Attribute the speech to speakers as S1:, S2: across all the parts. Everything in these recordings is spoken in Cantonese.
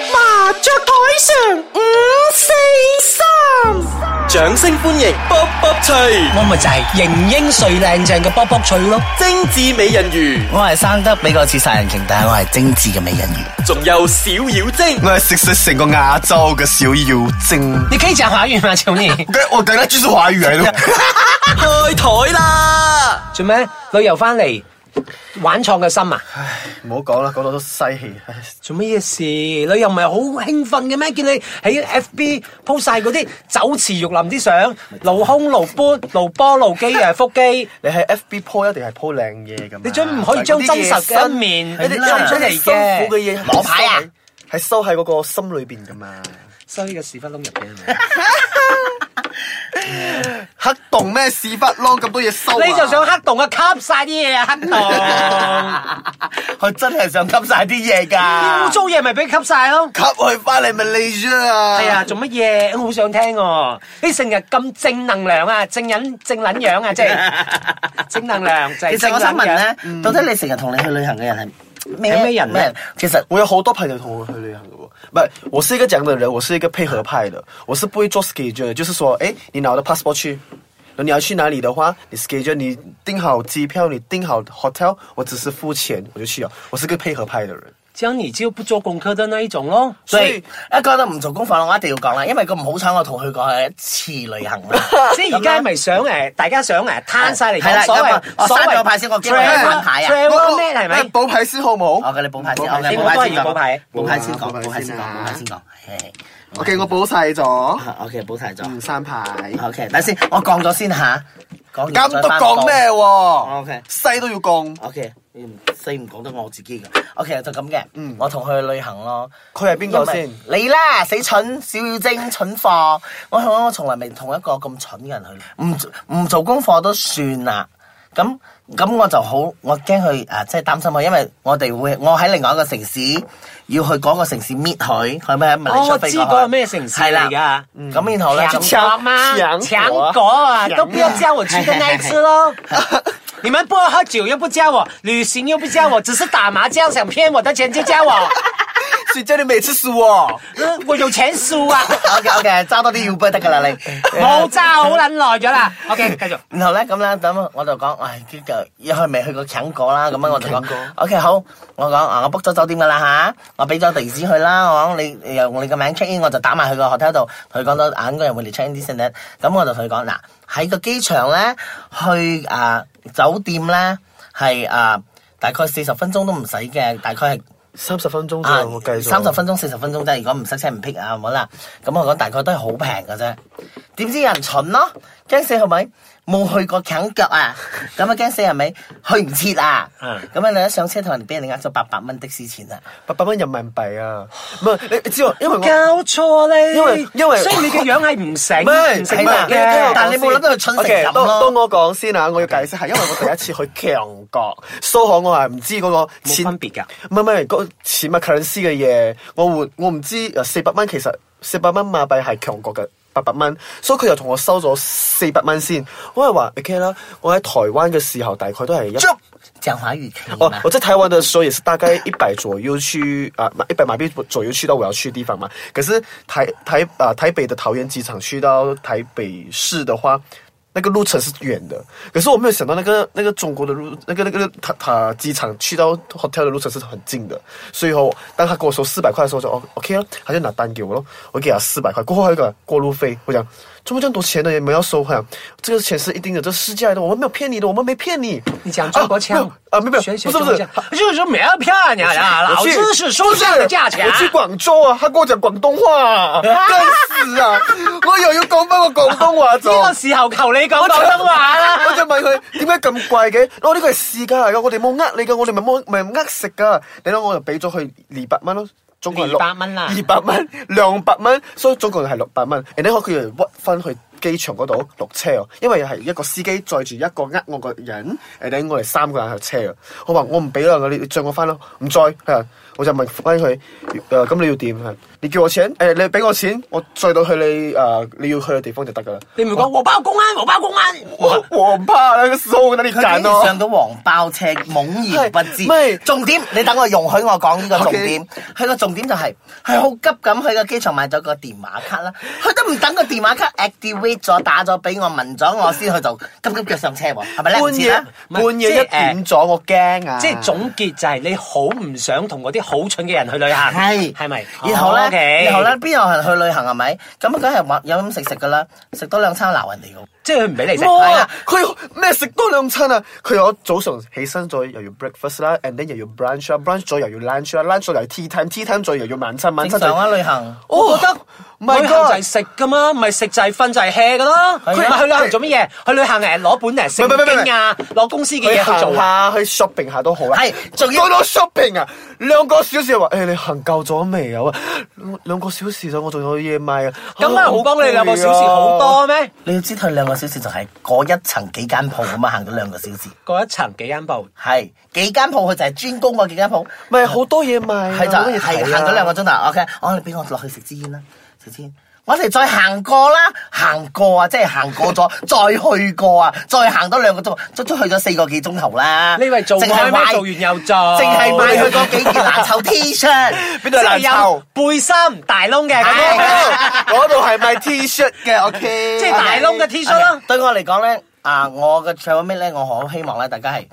S1: 雀台上五四三，掌聲歡迎卜卜脆，
S2: 我咪就係型英帥靚正嘅卜卜脆咯，
S1: 精致美人魚，
S2: 我係生得比較似殺人鯨，但係我係精緻嘅美人魚。
S1: 仲有小妖精，
S3: 我係食食成個亞洲嘅小妖精。
S2: 你可以講華語嘛，少 年？
S3: 我等下就是華語 嚟咯。
S1: 開台啦！
S2: 做咩？旅遊翻嚟玩創嘅心啊？
S3: 唔好講啦，講到都西氣。
S2: 做乜嘢事？旅遊唔係好興奮嘅咩？見你喺 FB po 晒嗰啲酒池肉林啲相，露胸、露波、露波、露肌誒腹肌，
S3: 你係 FB po 一定係 po 靚嘢咁。
S2: 你準唔可以將真實嘅一面
S3: 你哋
S2: 攞
S3: 出
S2: 出
S3: 嚟
S2: 嚟
S3: 辛苦嘅
S2: 嘅？
S3: 嘢，
S2: 攞牌啊！！
S3: 係收喺嗰個心裏邊噶嘛。
S2: 收呢個屎忽窿入邊係咪？
S3: 黑洞咩屎忽窿咁多嘢收啊
S2: 你就想黑洞啊，吸晒啲嘢啊， 黑洞
S3: 佢真係想吸晒啲嘢㗎
S2: 污糟嘢咪俾佢吸晒咯。
S3: 吸佢翻嚟咪你啫啊！
S2: 係啊，做乜嘢？我好想聽喎！你成日咁正能量啊，正人正撚樣啊，即係正能量就係
S4: 其實
S2: 正
S4: 我想
S2: 撚
S4: 問
S2: 樣。
S1: Ừ.
S4: 咧，到底你成日同你去旅行嘅人係咩
S2: 係咩人呢？
S4: 其實
S3: 我有好多朋友同我去旅行的哦，不，我是一个这样的人，我是一个配合派的，我是不会做 schedule 的，就是说，哎，你拿我的 passport 去，你要去哪里的话，你 schedule 你订好机票，你订好 hotel，我只是付钱我就去了，我是个配合派的人。
S2: 將你就不做功課的那一種咯。
S4: 所
S3: 所以
S4: 以一講到唔做功課啦，我一定要講啦，因為個唔好彩我同佢過去一次旅行啦。
S2: 即係而家咪想誒，大家想誒攤晒嚟
S4: 係啦
S2: 講所
S4: 咁啊
S2: 謂
S4: 我
S2: 所
S4: 刪咗
S2: 謂
S4: 個牌先我驚我翻牌啊
S2: travel 咩係咪？
S3: 哎補牌先好冇
S4: 我嘅你補牌先，我
S2: 你
S4: 嘅
S2: 冇
S4: 補
S2: 都係
S4: 牌先
S2: 要
S4: 講
S2: 補牌
S4: 補牌先講，
S3: 補
S4: 補
S3: 牌
S4: 牌
S3: 先
S4: 先講，
S3: 啊
S4: 補牌先講。嘿
S3: ，OK，我補晒咗，
S4: 啊，OK，補晒
S1: 嗯
S4: 咗。
S3: 三牌
S4: OK，等先，我降咗先吓，講完
S3: 咁
S4: 再
S3: 都
S4: 返
S3: 講咩喎
S4: OK
S3: 西都要講，
S4: ？OK，你嗯唔死唔講得我自己㗎。OK，就咁嘅。我同嗯佢去旅行咯。
S3: 佢係邊個先？
S4: 你啦，死蠢小妖精，蠢貨！我我我從來未同一個咁蠢嘅人去，唔做唔做功課都算啦。咁咁我就好，我驚佢啊，即係擔心佢，因為我哋會我喺另外一個城市要去嗰個城市搣佢，佢咪喺咪
S2: 哦我知嗰個咩城市
S4: 係
S2: 嚟
S4: 啦
S2: 㗎？
S4: 咁然後咧，咁
S2: 強國嗎？
S3: 強
S2: 強
S3: 國
S2: 國啊，
S3: 強
S2: 都不要叫我去的那 一次咯。 你们不喝酒又不叫我，旅行又不叫我，只是打麻将想骗我的钱就 叫我，
S3: 所以叫你每次輸哦。
S2: 嗯我有錢輸 啊！
S4: OK OK，揸多啲 Uber 得㗎啦你。
S2: 冇揸 好撚耐咗啦。OK，繼續。
S4: 然後咧咁啦，咁我就講，唉，呢個因為未去過強國啦，咁樣我就講，OK 好，我講啊，我 book 咗酒店噶啦吓，我俾咗地址佢啦，我講你用你個名 check in，我就打埋去個 hotel 度，同佢講到啊，應該人會嚟 check in 啲先咧，咁我就同佢講嗱，喺個機場咧去啊酒店咧係啊大概四十分鐘都唔使嘅，大概係。
S3: 三十分鐘
S4: 啊
S3: 就我計，咗
S4: 三十分鐘、四十分鐘啫。如果唔塞車唔 pick 啊，好啦。咁我講大概都係好平嘅啫。點知有人蠢咯，驚死係咪？冇去過啃腳啊，咁啊驚死係咪？去唔切啊，咁啊你一上車同人哋俾人哋呃咗八百蚊的士錢啊！
S3: 八百蚊人民幣啊！唔係你你知喎，因為我
S2: 搞錯咧，
S3: 因為因為
S2: 所以你嘅樣係唔醒，
S3: 唔係
S2: 唔醒
S4: 係
S2: 目
S4: 啦
S3: 你聽我講
S2: 嘅。
S4: 但你冇諗到佢蠢成咁
S3: OK，
S4: 咯
S3: 當當我講先啊，我要解釋下，因為我第一次去強國，蘇可我係唔知嗰個
S2: 冇
S3: 錢
S2: 分別㗎
S3: 唔係唔係嗰錢啊 currency 嘅嘢，我換我唔知誒四百蚊其實四百蚊馬幣係強國嘅。八百蚊，所以佢又同我收咗四百蚊先。我係話 OK 啦，我喺台灣嘅時候大概都係一
S4: 講華語可以
S3: 哦
S4: 嗎，
S3: 我在台湾的时候也是大概一百左右去啊，一百马币左右去到我要去的地方嘛。可是台台啊、台北的桃园机场去到台北市的话，那个路程是远的。可是我没有想到那个那个中国的路，那个那个他他机场去到 hotel 的路程是很近的。所以哦，当他跟我说四百块的时候，我就哦 OK 了，他就拿单给我咯，我给他四百块。过后还有一个过路费，我讲。怎么这么多钱呢？也没有要收回来，这个钱是一定的，这是世界来的，我们没有骗你的，我们没骗你。
S2: 你讲中国腔
S3: 啊没有啊，没有，没有
S2: 学学
S3: 不是不
S2: 中
S3: 是啊
S2: 国，腔，就是没有骗你啦，老
S3: 我去
S2: 子是收上的价钱
S3: 我。去广州啊，他跟我讲广东 话、啊，真是啊！我又要講翻個廣東話
S2: 呢個
S3: 咗。
S2: 時候 求你講廣東話
S3: 我
S2: 啦。
S3: 就問佢點解咁貴嘅？我呢個係市價嚟噶，我哋冇呃你噶，我哋咪冇咪唔呃食噶。你諗我就俾咗佢二百蚊咯，總共係六
S2: 200蚊啦
S3: 二百蚊兩百蚊，所以總共係六百蚊。然後佢又屈翻去機場嗰度落車哦，因為係一個司機載住一個呃我個人，誒等我哋三個人去車啊。我話我唔俾啦，你你載我翻咯，唔載係啊。我就問翻佢，誒、咁你要點啊？你叫我錢，誒、你俾我錢，我載到去你誒、你要去嘅地方就得噶啦。
S2: 你唔講我包公安，我包公安。
S3: 我我唔怕啦，個數喺你
S4: 佢竟
S3: 揀
S4: 然
S3: 咯。
S4: 上到黃包車，懵然不知。
S3: 係咪
S4: 重點，你等我容許我講呢個重
S3: OK
S4: 點。佢個重點就係佢好急咁去個機場買咗個電話卡啦，佢都唔等個電話卡 activate 咗，打咗俾我問咗我先，佢就急急腳上車喎，係咪咧？唔
S3: 半
S4: 知
S3: 夜
S4: 啦。
S2: 唔係
S3: 半夜
S2: 即係
S3: 一點咗，我驚啊！
S2: 即係總結就係你好唔想同嗰啲好蠢嘅人去旅行，
S4: 係
S2: 係咪？
S4: 然後
S2: 哦
S4: 咧，
S2: ，OK
S4: 然後咧，，邊有人去旅行係咪？咁梗係話飲飲食食噶啦，食多兩餐鬧人哋㗎喎。
S2: 即係佢唔俾你食。
S3: 冇
S4: 係
S3: 啊
S4: 啊！
S3: 佢咩食多兩餐啊！佢我早上起身咗又要 breakfast 啦，and then 又要 brunch 啦，brunch 咗又要 lunch 啦，lunch 咗又要 tea time，tea time 咗又要哦晚餐，晚
S4: 正
S3: 餐
S4: 常啊，
S3: 就
S4: 旅行。
S2: 我覺得
S3: 唔係
S2: 旅行就係食噶嘛，唔係食就係瞓就係 hea 噶啦。
S4: 係啊
S2: 佢唔係去旅行做乜嘢？去旅行誒攞本誒
S3: 唔係唔係唔係
S2: 聖經啊，攞公司嘅 嘢
S3: 去
S2: 去
S3: 行
S2: 做啊。
S3: 下，去 shopping 下都好啦。
S4: 係仲要
S3: 到到 shopping 啊，兩個小時就話誒你行夠咗未啊？兩兩個小時咗，我仲有嘢賣啊！
S2: 咁啊，好幫你兩個小時好多咩？
S4: 你要知佢兩個小時就係嗰一層幾間鋪咁啊，行咗兩個小時。
S2: 過一層幾間步，
S4: 係幾間鋪，佢就係專攻嗰幾間鋪，
S3: 好攰啊，咪好多嘢賣啊，
S4: 佢就
S3: 好多嘢
S4: 係
S3: 睇啊
S4: 行咗兩個鐘頭。OK，哦，你俾我落去食支煙啦，食支煙。我哋再行過啦，行過啊，即係行 過咗，再去過啊，再行多兩個鐘，足足去咗四個幾鐘頭啦。
S2: 你以為做
S4: 淨
S2: 愛
S4: 係
S2: 咩
S4: 買
S2: 做完又做
S4: 淨係買佢嗰幾件爛臭 T 恤，
S3: 邊度
S2: 即
S3: 有
S2: 係
S3: 難
S2: 有
S3: 受？
S2: 背心大窿嘅，
S3: 嗰度係賣 T 恤嘅，OK，
S2: 即係大窿嘅 T 恤啦。
S4: 對我嚟講咧，啊，我嘅最後尾咧，我好希望咧，大家係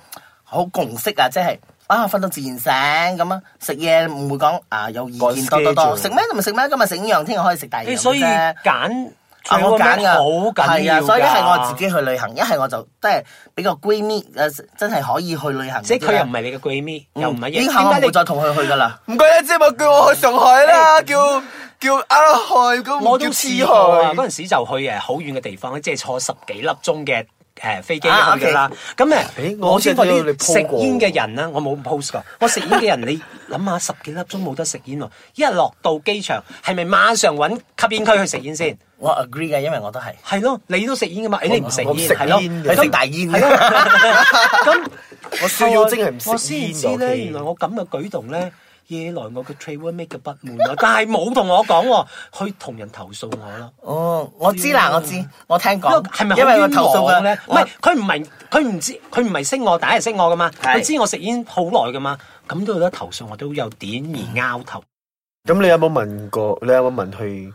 S4: 好共識啊，即係啊，瞓到自然醒咁啊，食嘢唔會講啊有意見多多多，
S3: 講 schedule
S4: 食咩就咪食咩，今日食呢樣，聽日可以食第二樣
S2: 你所以
S4: 啫
S2: 揀
S4: 啊！我揀噶，
S2: 好緊
S4: 係
S2: 要
S4: 啊，
S2: 㗎
S4: 所以一係我自己去旅行，一係我就即係俾個閨蜜誒，真係可以去旅行。
S2: 即係佢又唔係你嘅閨蜜，
S4: Ừ.
S2: 又唔係
S4: 以後
S2: 點
S4: 我
S2: 解
S4: 冇
S2: 你
S4: 再同佢去噶啦。
S3: 唔怪得之，我叫我去上海啦，叫叫阿海，咁
S2: 我
S3: 唔
S2: 都
S3: 叫痴
S2: 試過啊！嗰
S3: 海。
S2: 陣時就去誒好遠嘅地方，即係坐十幾粒鐘嘅誒飛機
S4: 啊
S2: 去㗎啦。咁誒
S3: 咦，我
S2: 我先嗰
S3: 好似睇到你
S2: 啲食
S3: po 過
S2: 煙嘅人啦，我冇 post 過。我食煙嘅人，你諗下十幾粒鐘冇得食煙喎，一落到機場係咪馬上揾吸煙區去食煙先？
S4: 我 agree 嘅，因為我都係。
S2: 係咯，你都食煙噶嘛？誒，你唔食
S3: 我
S2: 煙
S3: 唔食
S2: 係咯，
S3: 煙
S4: 嘅
S2: 咁
S4: 食大煙嘅
S2: 係咯。咁
S3: 我小妖精係唔食煙嘅
S2: 我
S4: 啊
S2: 先知
S3: 我屋
S2: 咧，
S3: 企
S2: 原來我咁嘅舉動咧，惹來我嘅 travel mate 嘅不滿啦。 但係冇同我講喎，去同人投訴我啦。
S4: 哦，我知啦，我知，我聽
S2: 因為
S4: 講，
S2: 係咪
S4: 因為
S2: 好
S4: 我
S2: 冤
S4: 投訴
S2: 枉咧
S4: 嘅？，
S2: 唔係佢唔係佢唔知佢唔係識我，但係識我噶嘛。
S4: 係
S2: 佢知我食煙好耐噶嘛，咁都有得投訴，我都有點而拗頭。
S3: 咁你有冇問過？你有冇問佢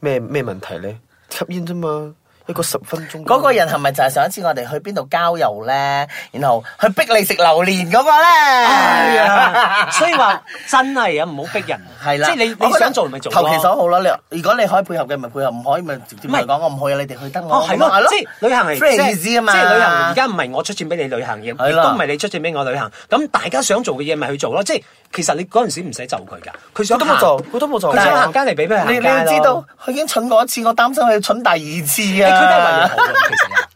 S3: 咩咩問題咧？吸煙啫嘛，一個十分鐘。
S4: 嗰個人係咪就係上一次我哋去邊度郊遊咧？然後佢逼你食榴蓮嗰個咧？
S2: 哎呀， 所以話真係啊，唔好逼人。
S4: 係啦，
S2: 即係你
S4: 我
S2: 你
S4: 覺得
S2: 想做咪做咯。
S4: 投其所好啦。你如果你可以配合嘅，咪配合；唔可以咪直接
S2: 唔係
S4: 咪講我唔去啊！你哋去得我。
S2: 哦，係咯，即係旅行嚟
S4: free
S2: 即係
S4: easy 啊嘛。
S2: 即係旅行而家唔係我出錢俾你旅行，亦亦
S4: 係
S2: 都
S4: 啦
S2: 唔係你出錢俾我旅行。咁大家想做嘅嘢咪去做咯。即係其實你嗰陣時唔使就佢㗎，佢想
S3: 佢都冇
S2: 行
S3: 做佢都冇做
S2: 佢想
S3: 但係
S2: 行街嚟俾佢行街
S4: 你你要知道
S2: 咯，
S4: 佢已經蠢過一次，我擔心佢蠢第二次
S2: 誒佢都係為你
S4: 啊
S2: 好！嘅，其實。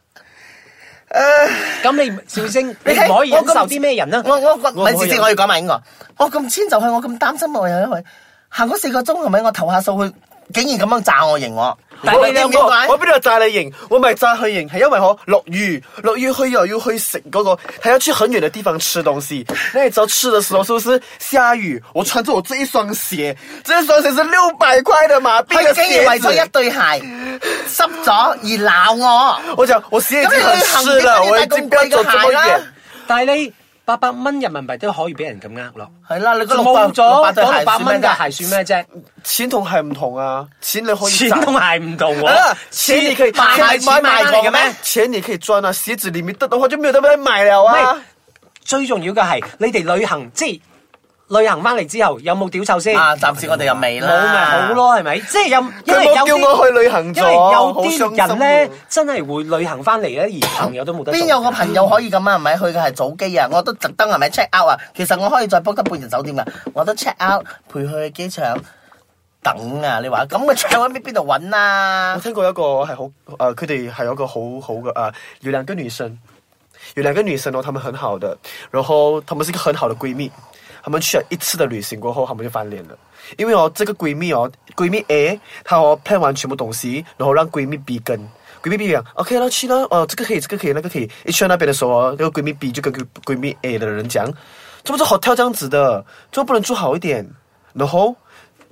S2: 咁你小星，你
S4: 睇
S2: 唔可以
S4: 我
S2: 忍
S4: 咁
S2: 受啲咩人啦？
S4: 我我我
S3: 我
S4: 唔係
S3: 我
S4: 直接，
S3: 有
S4: 我要講埋呢個。我咁遷就佢，我咁擔心我又因為行嗰四個鐘係咪？我投下數，佢竟然咁樣炸我型我。
S2: 但
S3: 我
S2: 係
S4: 你
S2: 你
S4: 點
S3: 兩
S4: 解
S3: 個，？我邊度炸你型？我咪炸佢型，係因為我落雨，落雨去又要去食嗰、個，還要去很遠的地方吃東西。那你知道吃的時候是不是下雨？我穿着我這一雙鞋，這一雙鞋是六百塊的馬幣
S4: 佢
S3: 的
S4: 竟然為咗
S3: 鞋
S4: 一
S3: 子。
S4: 對鞋濕咗而鬧我。
S3: 我講，我鞋已經很濕了，我已經不要走這麼遠。
S2: 但係你八百蚊人民幣都可以俾人咁呃咯。
S4: 係啦，你個六百
S2: 冇咗嗰
S4: 六
S2: 六百
S4: 百
S2: 蚊
S4: 蚊
S2: 嘅
S4: 嘅
S2: 鞋算咩啫？
S3: 錢同鞋唔同啊，錢你可以
S2: 錢
S3: 賺
S2: 同鞋唔同
S3: 啊
S2: 喎，，
S3: 錢你可以
S2: 買買
S3: 錢你可以
S2: 買買嚟嘅咩？？
S3: 錢你可以賺啊，鞋子裏面得的話就沒有得賣買了啊。
S2: 最重要嘅係你哋旅行，即係旅行翻嚟之後有冇屌臭先？
S4: 啊，暫時我哋又未
S2: 冇
S4: 啦，
S2: 咪好。咯，係咪？即係有，因
S3: 佢
S2: 為有
S3: 冇叫我
S2: 啲
S3: 去旅行咗，
S2: 因為
S3: 好
S2: 有
S3: 傷
S2: 啲人咧
S3: 心喎，
S2: 真係會旅行翻嚟咧，而朋友都冇得做。
S4: 邊有個朋友可以咁啊？係咪去嘅係早機啊？我都特登係咪 check out 啊？其實我可以再 book 得半日酒店噶，我都 check out 陪佢去機場等啊！你話咁嘅 check out 喺邊度揾
S3: 我
S4: 啊？
S3: 聽過一個係好呃，佢哋係有一個好好嘅呃，有兩個女生，有兩個女生哦，她們很好的，然後她們是一個很好的閨蜜，她們去了一次的旅行過後，她們就翻臉了，因為哦，這個閨蜜哦，閨蜜 A 她哦 plan 完全部東西，然後讓閨蜜 B 跟。閨蜜 B 講 OK 啦，去啦，哦，這個可以，這個可以，那個可以。一去到那邊的時候哦，那個閨蜜 B 就跟閨蜜 A 的人講，怎么这 hotel 这样子的，怎么不能住好一点？然后，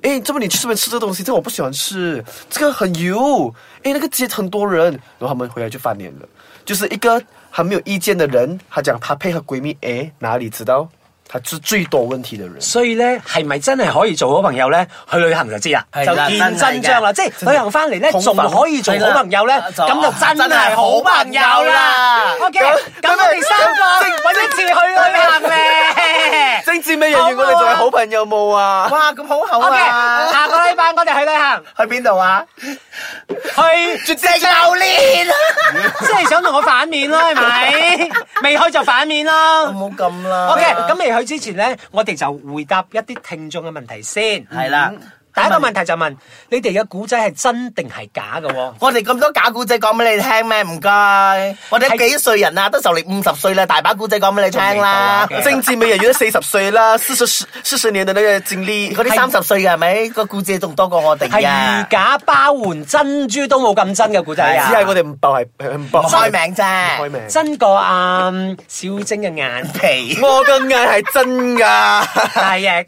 S3: 哎，怎么你去这边吃这东西，这个我不喜欢吃，这个很油，哎，那个街很多人，然后他们回来就翻脸了，就是一个还没有意见的人，她讲她配合闺蜜，哎，哪里知道她是最多问题的人。
S2: 所以咧，係咪真係可以做好朋友咧？去旅行就知啦，
S4: 係
S2: 就
S4: 啦
S2: 見真章啦。即係旅行翻嚟咧，
S3: 同
S2: 仲
S3: 房
S2: 可以做好朋友咧，
S4: 係啦就
S2: 咁就真係
S4: 真係
S2: 好
S4: 好
S2: 朋
S4: 朋
S2: 友
S4: 友
S2: 啦
S4: 啦。
S2: OK，咁我哋三個揾一次去旅行咧。
S3: 政治美人魚，我哋仲係好朋友冇 啊？
S4: 哇，咁好好
S2: OK，À,
S4: 啊！
S2: 下個禮拜我哋去旅行，
S4: 去邊度啊？
S2: 去
S4: 食榴 莲啊！
S2: 即係想同我反面咯，係 咪？未去就反面咯
S4: 唔。好咁啦。
S2: OK，咁未去之前咧，我哋就回答一啲聽眾嘅問題先。
S4: 係啦
S2: 嗯第一個問題就問你哋嘅古仔係真定係假嘅喎？
S4: 我哋咁多假古仔講俾你聽咩？唔該，我哋幾歲人啊？都就嚟五十歲啦，大把古仔講俾你聽啦。
S2: 仲未到啊
S3: 政
S4: 正
S3: 治美人魚都四十歲啦，四十四四十年的那個經歷，
S4: 嗰啲三十歲嘅係咪？個古仔仲多過我哋
S2: 係
S4: 啊
S2: 如！假包換珍珠都冇咁真嘅古仔
S3: 哎只係
S2: 啊！
S3: 我哋唔爆係係唔爆，
S4: 開名啫，
S3: 開名。
S2: 真過阿小晶 嘅眼，
S4: 皮。
S3: 我嘅眼係真㗎。
S2: 但係誒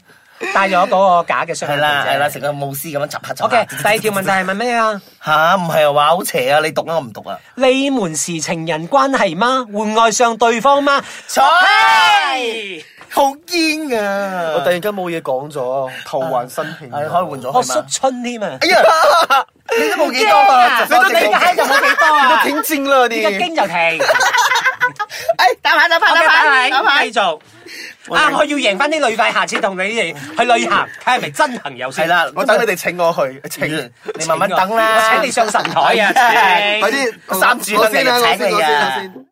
S2: 戴咗嗰個假嘅雙
S4: 係
S2: 眼
S4: 啦，係
S2: 鏡
S4: 啦，
S2: 啫。
S4: 成個舞獅咁樣集下集下。
S2: OK，第二條問題係問咩啊？
S4: 吓，唔係話好邪啊！你讀啊，我唔讀啊。
S2: 你們是情人關係嗎？會愛上對方嗎？
S4: 錯
S2: 係
S4: 好堅啊！哎
S3: 我突然間冇嘢講咗，頭暈身興。
S2: Ờ,
S4: 係可以換咗
S2: 我
S4: 係
S2: 摔
S4: 嘛？
S2: 春添啊！
S4: 哎呀，你都冇幾多啊！
S2: 你都你嘅閪就冇幾 多啊！
S3: 挺正啦
S2: 你
S3: 你。
S2: 嘅經就停。
S4: 哎，打牌打牌
S2: OK，
S4: 打
S2: 拜
S4: 牌打
S2: 拜，
S4: 牌
S2: 繼。續。啊！我要贏翻啲旅費，下次同你哋去旅行，睇係咪真朋友先。
S4: 係啦
S3: 我等你哋請我去，請嗯
S4: 你慢慢等啦
S2: 我請你上神台啊！
S4: 係啊
S2: 請
S3: 快啲
S4: 三柱
S3: 我
S4: 都
S3: 先
S4: 嚟
S3: 啦，我
S4: 請
S3: 先
S4: 你
S3: 我先
S4: 啊
S3: 我先。